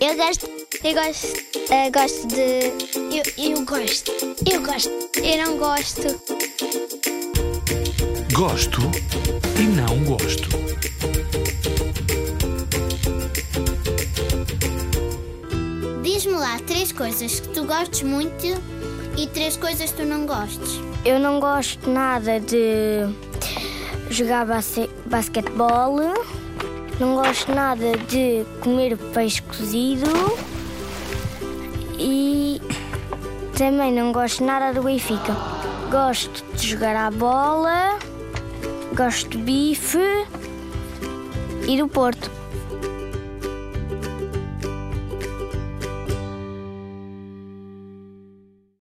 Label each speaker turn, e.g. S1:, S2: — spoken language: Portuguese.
S1: Eu gosto, eu gosto, eh, gosto de. Eu, eu gosto, eu gosto, eu não gosto.
S2: Gosto e não gosto.
S1: Diz-me lá três coisas que tu gostes muito e três coisas que tu não gostes.
S3: Eu não gosto nada de jogar base- basquetebol, não gosto nada de comer peixe cozido e também não gosto nada do Benfica. Gosto de jogar à bola, gosto de bife e do Porto.